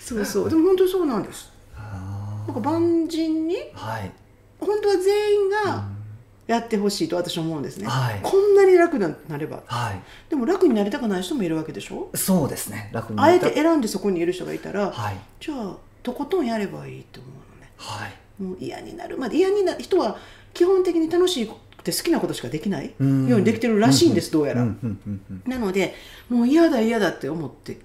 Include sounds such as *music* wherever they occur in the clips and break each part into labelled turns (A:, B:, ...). A: そうそうでも本当にそうなんです
B: あ
A: なんか万人に
B: ーはい
A: 本当は全員
B: う
A: が
B: ん
A: やってほしいと私は思うんですね、
B: はい
A: こんなに楽になれば
B: はい
A: でも楽になりたくない人もいるわけでしょ
B: そうですね楽に
A: あえ
B: た
A: て選んでそこにいる人がいたら
B: はい
A: じゃあとことんやればいいと思うのね
B: はい
A: もう嫌になるまで嫌になる人は基本的に楽しいって好きなことしかできないよう
B: うん
A: にできてるらしいんです、どうやら、
B: うんうんうんうん
A: なのでもう嫌だ嫌だって思って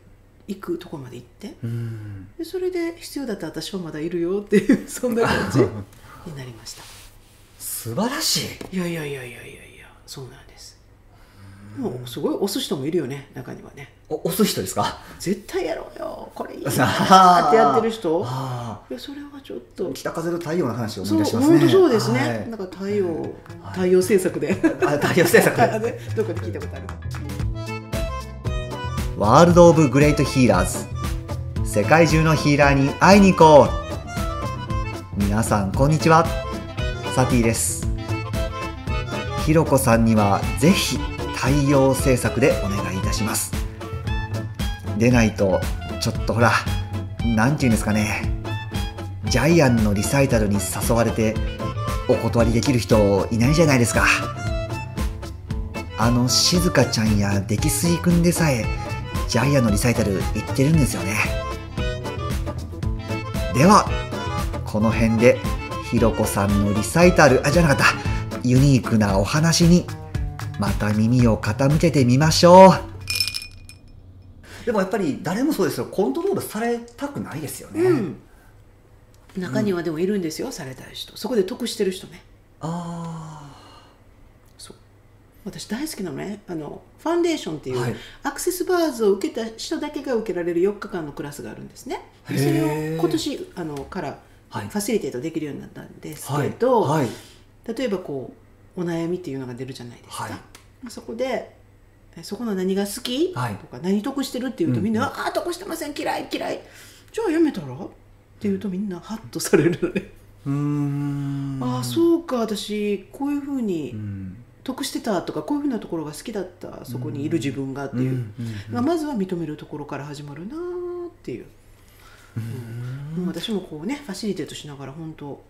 A: 行くとこまで行って
B: うん
A: でそれで必要だったら私はまだいるよって
B: *laughs*
A: いうそんな感じになりました
B: 素晴らしい
A: いやいやいやいやいやいやそうなんですでもうすごい押す人もいるよね中にはね
B: お押す人ですか
A: 絶対やろうよこれいいな
B: あー
A: ってやってる人
B: あ
A: いやそれはちょっ
B: あ
A: と
B: 北風と太陽の話を思
A: そ
B: いう出しますね
A: 本当そうですね、
B: はい
A: なんか太陽、
B: はい
A: 太陽政策で
B: あ太陽政策
A: *laughs* ねどこで聞いたことある
B: ワールド・オブ・グレート・ヒーラーズ世界中のヒーラーに会いに行こう皆さんこんにちはサティですひろこさんにはぜひ太陽制作でお願いいたしますでないとちょっとほらなんていうんですかねジャイアンのリサイタルに誘われてお断りできる人いないじゃないですかあの静香ちゃんやデキスイくんでさえジャイアンのリサイタル行ってるんですよねではこの辺でひろこさんのリサイタルあじゃなかったユニークなお話にまた耳を傾けてみましょうでもやっぱり誰もそうですよコントロールされたくないですよね、
A: うん中にはでもいるんですよ、されたい人そこで得してる人ね
B: あ
A: そう私大好きなのねあのファンデーションってい
B: はいう
A: アクセスバーズを受けた人だけが受けられる4日間のクラスがあるんですねでそ
B: へ
A: れを
B: ー
A: 今年あのからフ
B: はい
A: ァシリテートできるようになったんです
B: あ
A: けど、
B: はい、
A: 例えばこうお悩みっていうのが出るじゃないですか、
B: はい
A: そこでえ「そこの何が好き
B: はい
A: とか「何得してる?」って言うとみんな「ああ得してません嫌い嫌い」「じゃあやめたら?」って言うとみんなハッとされるのね、
B: うーん
A: ああそうか私こういうふうに
B: うん
A: 得してたとかこういうふうなところが好きだったそこにいる自分がっていう、
B: うんうんうん
A: まあまずは認めるところから始まるなーっていう、うんもう私もこうねファシリテートしながら本当、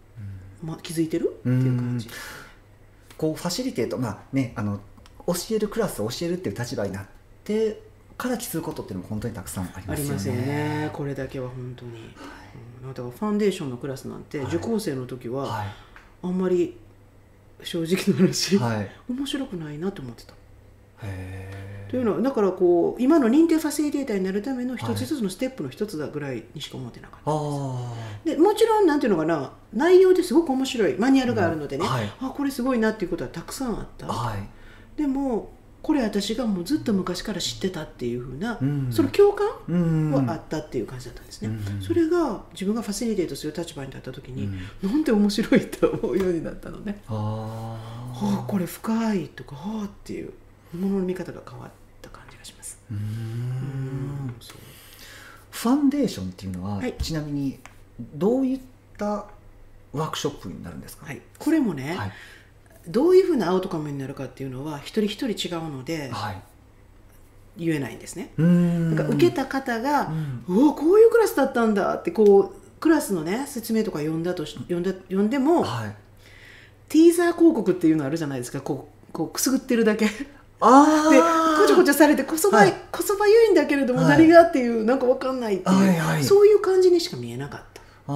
A: まあ、気づいてるっていう感じ、
B: こうファシリテートまあねあの教えるクラスを教えるっていう立場になってから気づくことっていうのも本当にたくさんあり
A: あ
B: ま
A: り
B: すよね。
A: ますよねこれだけは本当に、うんだからファンデーションのクラスなんて
B: はい
A: 受講生の時は
B: は
A: あんまり正直な話、
B: い。はい。
A: 面白くないなと思ってた。
B: へ
A: というのはだからこう今の認定ファシリテーターになるための一つ一つのステップの一つだぐらいにしか思ってなかった。
B: ああ。
A: でもちろんなんていうのかな内容ですごく面白いマニュアルがあるのでね、
B: うんはい
A: あこれすごいなっていうことはたくさんあった
B: はい。
A: でもこれ私がもうずっと昔から知ってたっていうふうな、
B: うん
A: その共感
B: うん。
A: はあったっていう感じだったんですね、
B: うん
A: それが自分がファシリテートする立場に立った時に、
B: う
A: なんて面白いと思うようになったのね、
B: ああ。
A: はあこれ深いとかはあっていうものの見方が変わった感じがします
B: うー。
A: うんんそう
B: ファンデーションっていうのは、
A: はい
B: ちなみにどういったワークショップになるんですか。
A: はい、これもね、
B: はい。
A: どういうふうなアウトカムになるかっていうのは一人一人違うので
B: はい。
A: 言えないんですね
B: うーん
A: なんか受けた方が
B: う、ん。
A: うわこういうクラスだったんだってこうクラスのね説明とか読んだとし読んだ読んでも
B: はい。
A: ティーザー広告っていうのあるじゃないですかこうこうくすぐってるだけで
B: ああ。
A: こちょこちょされてこそば、
B: はい
A: こそばゆいんだけれども、
B: はい
A: 何がっていうなんかわかんないっていう、
B: はいはい
A: そういう感じにしか見えなかった
B: あ
A: で
B: あ。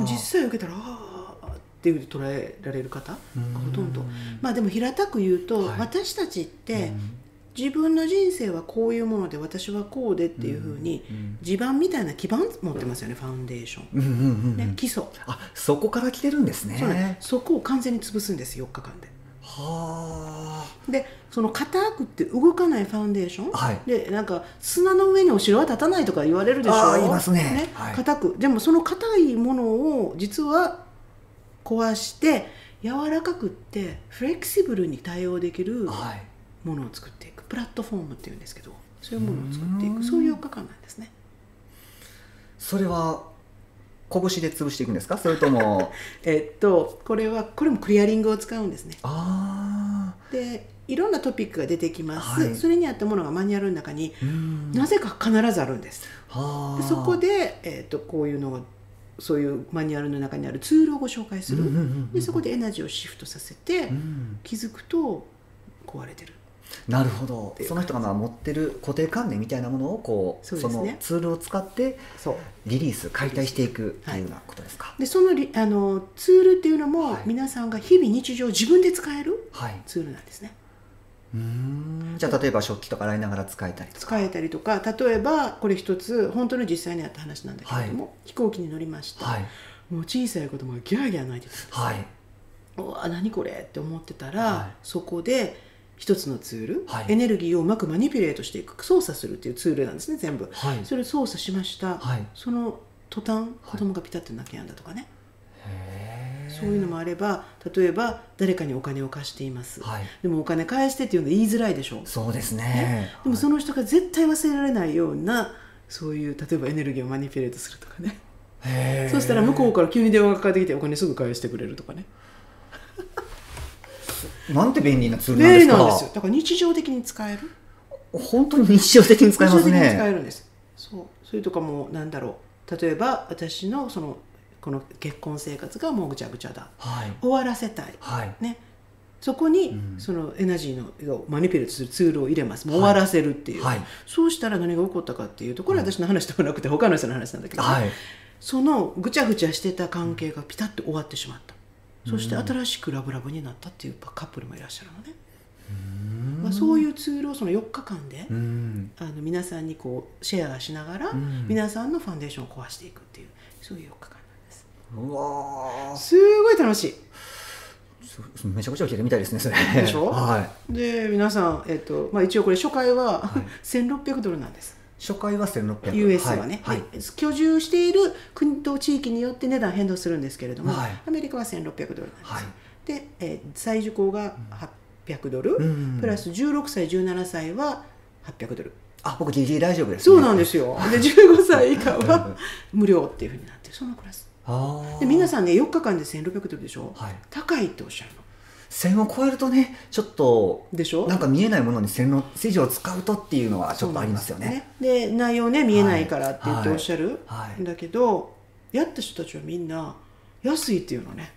A: も実際受けたらああっていうふうに捉えられる方がほとんど
B: うん
A: まあでも平たく言うと、
B: はい
A: 私たちって、
B: うん
A: 自分の人生はこういうもので私はこうでっていうふうに、
B: うん
A: 地盤みたいな基盤持ってますよねファウンデーション、
B: うんうんうんう
A: ね
B: ん、
A: 基礎、
B: あそこから来てるんです
A: そうなんで
B: ね
A: すそこを完全に潰すんです4日間で
B: は
A: でその硬くって動かないファウンデーション、
B: はい
A: でなんか砂の上にお城は建たないとか言われるでしょ
B: あー言いますねはい
A: 硬くでもその硬いものを実は壊して柔らかくってフレキシブルに対応できる
B: あはい
A: ものを作っていくプラットフォームっていうんですけどそういうものを作っていうく
B: ん
A: そういう4日間なんですね
B: それは拳で潰していくんですかそれとも
A: *laughs* えっとこれはこれもクリアリングを使うんですね
B: あ
A: でいろんなトピックが出てきます、
B: はい
A: それにあったものがマニュアルの中に
B: うん
A: なぜか必ずあるんです
B: は
A: で
B: あ
A: そこで、えー、とこういうのがそういうマニュアルの中にあるツールをご紹介する、
B: うんうんうんうん
A: でそこでエナジーをシフトさせて、
B: うん
A: 気づくと壊れてる
B: なるほど
A: ていう
B: その人がまあ持ってる固定観念みたいなものをこう
A: そうで
B: そ
A: す
B: の
A: ね
B: ツールを使って
A: そう
B: リリース解体していくって
A: はいいう
B: ようなことですか
A: でそのリあのツールっていうのも、
B: はい
A: 皆さんが日々日常自分で使える
B: はい、
A: ツールなんですね
B: うーんじゃあ例えば食器とか洗いながら使えたりとか
A: 使えたりとか例えばこれ一つ本当に実際にあった話なんだけれども、飛行機に乗りました、
B: はい
A: もう小さい子供がギャーギャー泣いてた
B: はい
A: 「うわ何これ?」って思ってたら、
B: はい
A: そこで一つのツール、
B: はい
A: エネルギーをうまくマニピュレートしていく操作するっていうツールなんですね全部
B: はい
A: それを操作しました、
B: はい
A: その途端子供がピタッと泣き止んだとかね、
B: へー
A: そういうのもあれば例えば誰かにお金を貸しています、
B: はい
A: でもお金返してっていうの言いづらいでしょ
B: そうですね
A: でもそ
B: の
A: の人が絶対忘れられないようなそういう例えばエネルギーをマニピュレートするとかねそしたら向こうから急に電話がかかってきてお金すぐ返してくれるとかね
B: うなんて便利なツールなんで
A: 便利
B: すか
A: なんですよだから日常的に使える
B: 本当に日常的に使えます
A: 日常的に使え
B: ね
A: るんですそうそれとかもなんだろう例えば私のそのこの結婚生活がもうぐちゃぐちゃだ
B: はい
A: 終わらせたい
B: はい
A: ねそこに
B: うん
A: そのエナジーのをマニピュレートするツールを入れますもう終わらせるっていう、
B: はい
A: そうしたら何が起こったかっていうとこれは私の話ではなくて他の人の話なんだけどね、
B: はい
A: そのぐちゃぐちゃしてた関係がピタッと終わってしまったそして新しくラブラブになったっていうカップルもいらっしゃるのね、まあ、そういうツールをその4日間で、
B: うん
A: あの皆さんにこうシェアしながら、
B: ん
A: 皆さんのファンデーションを壊していくっていうそういう4日間なんです
B: うわー
A: すごい楽し
B: そめちゃくちゃ受けるみたいですねそれ
A: でしょ
B: はい
A: いで皆さん、えっとまあ、一応これ初回は、1600ドルなんです
B: 初回は1600
A: US はね、
B: はい、はい
A: で居住している国と地域によって値段変動するんですけれども、
B: はい
A: アメリカは1600ドルなんです、
B: はい
A: で、えー最受講が800ドル、
B: うん
A: プラス16歳17歳は800ドル、
B: あ僕ギリギリ大丈夫です、
A: そうなんですよで15歳以下は無料っていうふうになってるそのクラス
B: あー
A: で皆さんね4日間で1600ドルでしょ、
B: はい
A: 高いっておっしゃるの
B: 線を超えるとねちょっと
A: でしょ
B: なんか見えないものに線の筋を使うとっていうのはちょっとありますよね
A: そうなんですよねで内容ね見えないからって言って
B: はい
A: おっしゃる、
B: はい
A: んだけどやった人たちはみんな安いっていうのね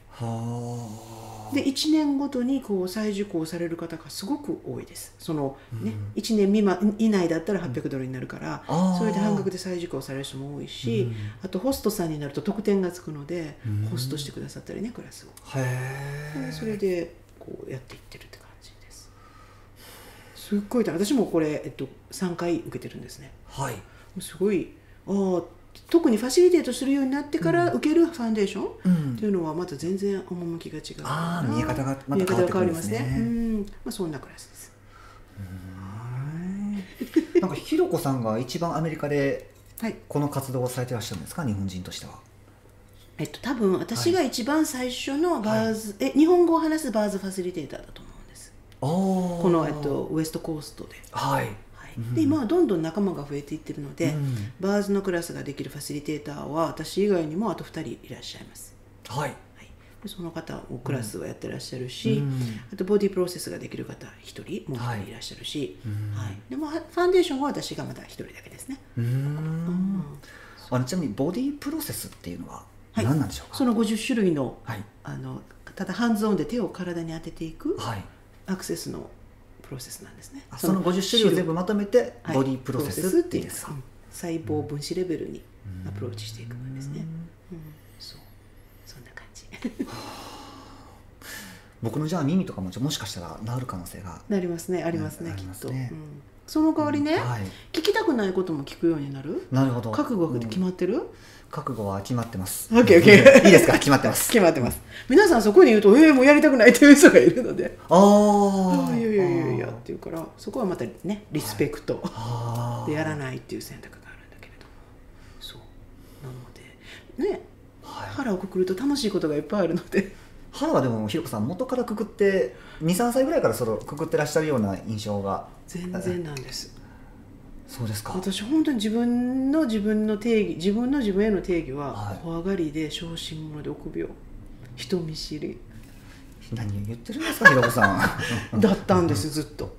B: はあ
A: で1年ごとにこう再受講される方がすごく多いですその、ね1年未満以内だったら800ドルになるから、
B: あー
A: それで半額で再受講される人も多いし、
B: うん
A: あとホストさんになると特典がつくので、
B: うん
A: ホストしてくださったりねクラスを
B: へえ
A: でそれでこうやっていってるって感じですすっごい楽私もこれ、えっと、3回受けてるんですね
B: はい
A: すごいあー特にファシリテートするようになってから受けるファンデーション、
B: うん
A: っていうのはまた全然趣が違う
B: あー見え方がま
A: 見
B: た
A: え方
B: 変わって
A: が
B: く
A: 変わり
B: るんで
A: ますす
B: ね
A: ねうんまあそんなクラスです
B: はいなんかひろこさんが一番アメリカで
A: はい
B: この活動をされてらっしゃるんですか日本人としては
A: えっと多分私が一番最初のバーズ、え日本語を話すバーズファシリテーターだと思うんです
B: こ
A: この、えっと、ウエストコーストで,、
B: はい
A: はい
B: うん
A: で今はどんどん仲間が増えていってるので、
B: うん
A: バーズのクラスができるファシリテーターは私以外にもあと2人いらっしゃいます、
B: はい
A: はい、でその方もクラスはやってらっしゃるし、
B: うん
A: あとボディプロセスができる方1人もう1人いらっしゃるし、
B: うん
A: はいでもファンデーションは私がまだ1人だけですね、
B: うー
A: うんん
B: あのちなみにボディプロセスっていうのは何なんでしょうか、
A: その50種類の,、
B: はい
A: あのただハンズオンで手を体に当てていく
B: はい、
A: アクセスのプロセスなんですね
B: あその50種類を全部まとめて
A: はい
B: ボディプロセスっていうんですか、
A: プロセスっていうんです細胞分子レベルにアプローチしていくんですねうん、そうそんな感じ
B: 僕のじゃあ耳とかももしかしたら治る可能性が
A: なりますねありますね
B: なり
A: き
B: ま
A: っ
B: す
A: と、
B: ね
A: うん、その代わりね、
B: はい
A: 聞きたくないことも聞くようになる
B: なるほど
A: 覚悟って決
B: うん
A: まってる、
B: 覚悟は決まってます
A: オッケーオッケー
B: いいですか
A: *laughs*
B: 決まってます
A: 決まってます皆さんそこに言うと「えー、もうやりたくない」っていう人がいる *laughs* ので「
B: あ
A: あ
B: あ
A: あいやいやいやいや」っていうからそこはまたねリスペクト、
B: あー
A: でやらないっていう選択があるんだけれどもそうなのでね
B: はい
A: 腹をくくると楽しいことがいっぱいあるので *laughs*
B: 腹はでもひろこさん元からくくって23歳ぐらいからそれをくくってらっしゃるような印象が
A: 全然なんです
B: そうですか
A: 私本当に自分の自分の定義自分の自分への定義
B: はい
A: は怖がりで小心者で臆病人見知り
B: 何言ってるんですかひろこさん
A: *laughs* だったんですずっと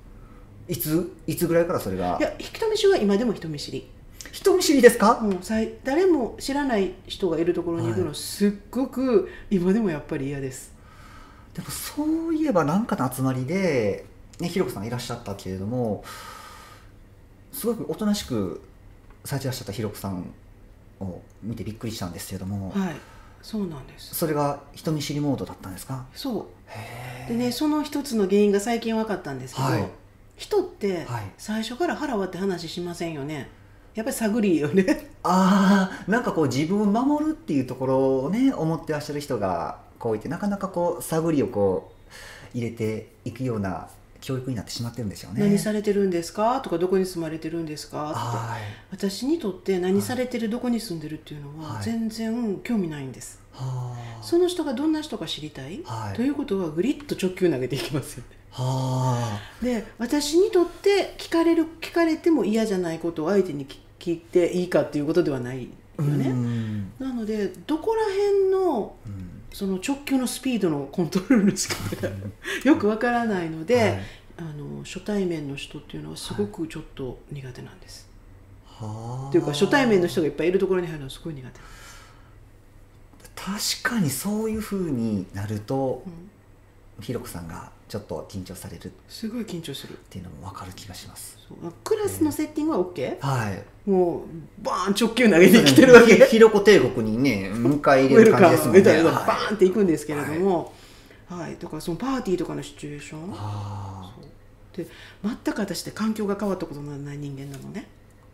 B: いついつぐらいからそれが
A: いや人見知りは今でも人見知り
B: 人見知りですか、
A: もうさい誰も知らない人がいるところに行く
B: は
A: のすっごく今でもやっぱり嫌です、
B: でもそういえば何かの集まりで、ね、ひろこさんいらっしゃったけれどもすごくおとなしくされてらっしゃったひろこさんを見てびっくりしたんですけれども、
A: はいそうなんです
B: それが人見知りモードだったんですか
A: そ
B: へ
A: う
B: ー
A: でねその一つの原因が最近分かったんですけど、
B: はい
A: 人って
B: はい
A: 最初から腹割って話しませんよねやっぱり探りよね
B: ああなんかこう自分を守るっていうところをね思ってらっしゃる人がこういてなかなかこう探りをこう入れていくような教育になってしまってるんでしょうね。
A: 何されてるんですかとかどこに住まれてるんですか
B: はい
A: って私にとって何されてるどこに住んでるっていうのは
B: はい
A: 全然興味ないんです、
B: はあ
A: その人がどんな人か知りたい、
B: はい
A: ということはグリッと直球投げていきますよ
B: *laughs*
A: ね
B: は
A: で私にとって聞かれる聞かれても嫌じゃないことを相手に聞聞いていいかっていうことではないよ
B: あう
A: ね、
B: ん
A: なのでどこら辺の
B: うん
A: その直球のスピードのコントロールの仕方が *laughs* よくわからないので、
B: はい
A: あの初対面の人っていうのはすごくちょっと苦手なんです、
B: はあ
A: っていうか初対面の人がいっぱいいるところに入るのはすごい苦手、
B: 確かにそういうふうになると
A: うん
B: ひろこさんがちょっと緊張されるっ
A: すごい緊張する
B: ていうのもわかる気がします。
A: そうクラスのセッティングは OK、
B: はい
A: もうバーン直球投げてきてるわけ
B: *laughs* ひろこ帝国にね迎え入
A: ウェル
B: れる感
A: カ
B: じです
A: ム
B: もんね。 *laughs*
A: みたいな
B: は
A: バ
B: い
A: ーンっていくんですけれども、はいだからそのパーティーとかのシチュエーション
B: あ
A: で全く私って環境が変わったことのない人間なのね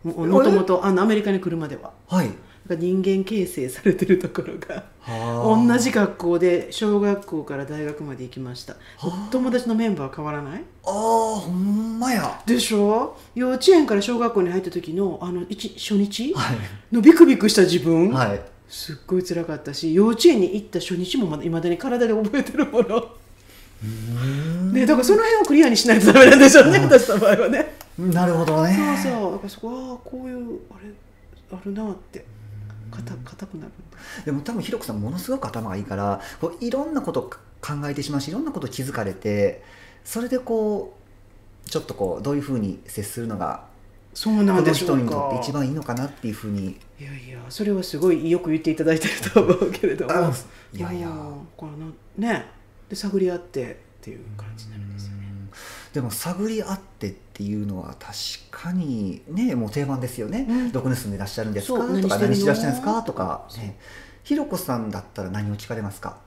A: ももともとあのアメリカに来るまでは
B: あはい
A: だから人間形成されてるところが
B: は
A: 同じ学校で小学校から大学まで行きました
B: あ
A: 友達のメンバーは変わらない
B: ああほんまや
A: でしょ幼稚園から小学校に入った時のあの一初日
B: はい
A: のビクビクした自分、
B: はい
A: すっごい辛かったし幼稚園に行った初日もまだいまだに体で覚えてるもの、ね、だからその辺をクリアにしないとダメなんでしょうね私の場合はね
B: なるほどね
A: そうそうだからそこはこういうあれあるなって硬硬くなるんだ
B: でも多分ひろこさんものすごく頭がいいからこういろんなことを考えてしまうしいろんなことを気づかれてそれでこうちょっとこうどういうふうに接するのが
A: そう
B: こ
A: な
B: の
A: んでしょ
B: 人
A: う
B: にと
A: か
B: って一番いいのかなっていうふうに
A: いやいやそれはすごいよく言っていただいてると思うけれども
B: あいやいや
A: うんこのねで探り合ってっていう感じになるんですよね
B: うんでも探り合ってっていうのは確かにねもう定番ですよね、
A: うん
B: どこに住んでらっしゃるんです
A: そ
B: か
A: う
B: とか何
A: 何しる
B: してて
A: の
B: らっしゃるんですかとか、
A: そう
B: ね、ひろこさんだったら何を聞かれますか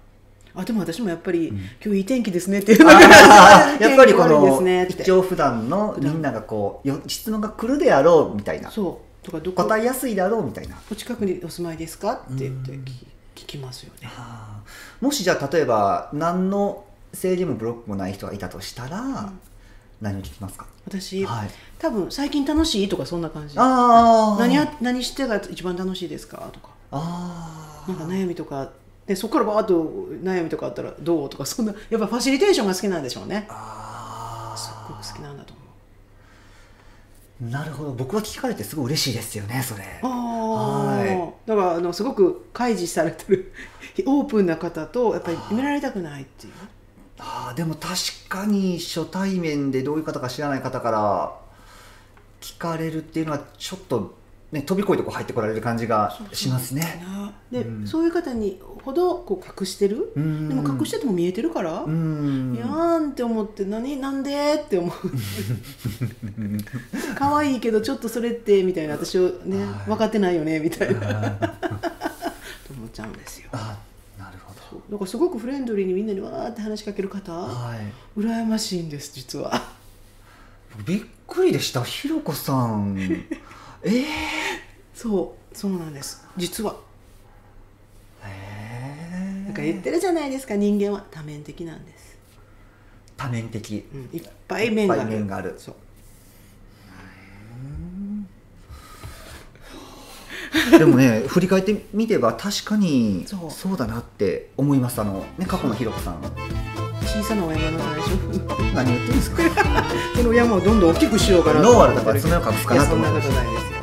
A: あでも私もやっぱり、
B: うん
A: 今日いい天気ですねっていうのが
B: *laughs* あ
A: *laughs*
B: ーやっぱりこ
A: 天気悪いです
B: の
A: ねって
B: 一応普段のみんながこうよ質問が来るであろうみたいな
A: そうとかどこ
B: 答えやすいであろうみたいな
A: お近くにお住まいですかって言って
B: うん
A: 聞き聞きますよね
B: あーもしじゃあ例えば何の制限もブロックもない人がいたとしたら何を聞きますか、
A: 私、
B: はい、
A: 多分最近楽しいとかそんな感じ
B: あー
A: 何や何してが一番楽しいですかとか
B: あー
A: なんか悩みとかでそこからバーッと悩みとかあったらどうとかそんなやっぱファシリテーションが好きなんでしょうね
B: あー
A: すっごく好きなんだと思う
B: なるほど僕は聞かれてすごい嬉しいですよねそれ
A: あー
B: は
A: だからあのすごく開示されてるオープンな方とやっぱり見られたくないっていう
B: あーでも確かに初対面でどういう方か知らない方から聞かれるっていうのはちょっと、ね、飛び越えてこう入ってこられる感じがしますね
A: で、
B: うん
A: そういう方にほどこう隠してるで
B: で
A: も隠してても見えてるから、
B: う
A: いや
B: ん
A: ーんって思って何なんでって
B: *laughs*
A: 思う可愛いけどちょっとそれってみたいな私をね
B: はい
A: 分かってないよねみたいなと
B: あ
A: 思っちゃうんですよ
B: あなるほど
A: だからすごくフレンドリーにみんなにわーって話しかける方
B: はい
A: 羨ましいんです実は
B: びっくりでしたひろこさんえー、
A: そうそうなんです実は
B: え
A: なんか言っ
B: ー、
A: てるじゃないですか人間は多面的なんです、
B: 多面的
A: うん、いっぱい面がある
B: いっぱい面がある
A: そう
B: でもね振り返ってみれば確かに
A: そう
B: そうだなって思いますあの、ね、過去のひろこさん
A: 小さなお山の大丈 *laughs* 夫
B: 何言ってるんですか
A: *laughs* その山をどんどん大きくしようかな
B: ノーアル
A: と思
B: だか
A: って
B: ら
A: るけど
B: 爪を隠すか
A: いや
B: なと
A: そん
B: 思
A: な
B: っ
A: こ
B: て
A: とないですよ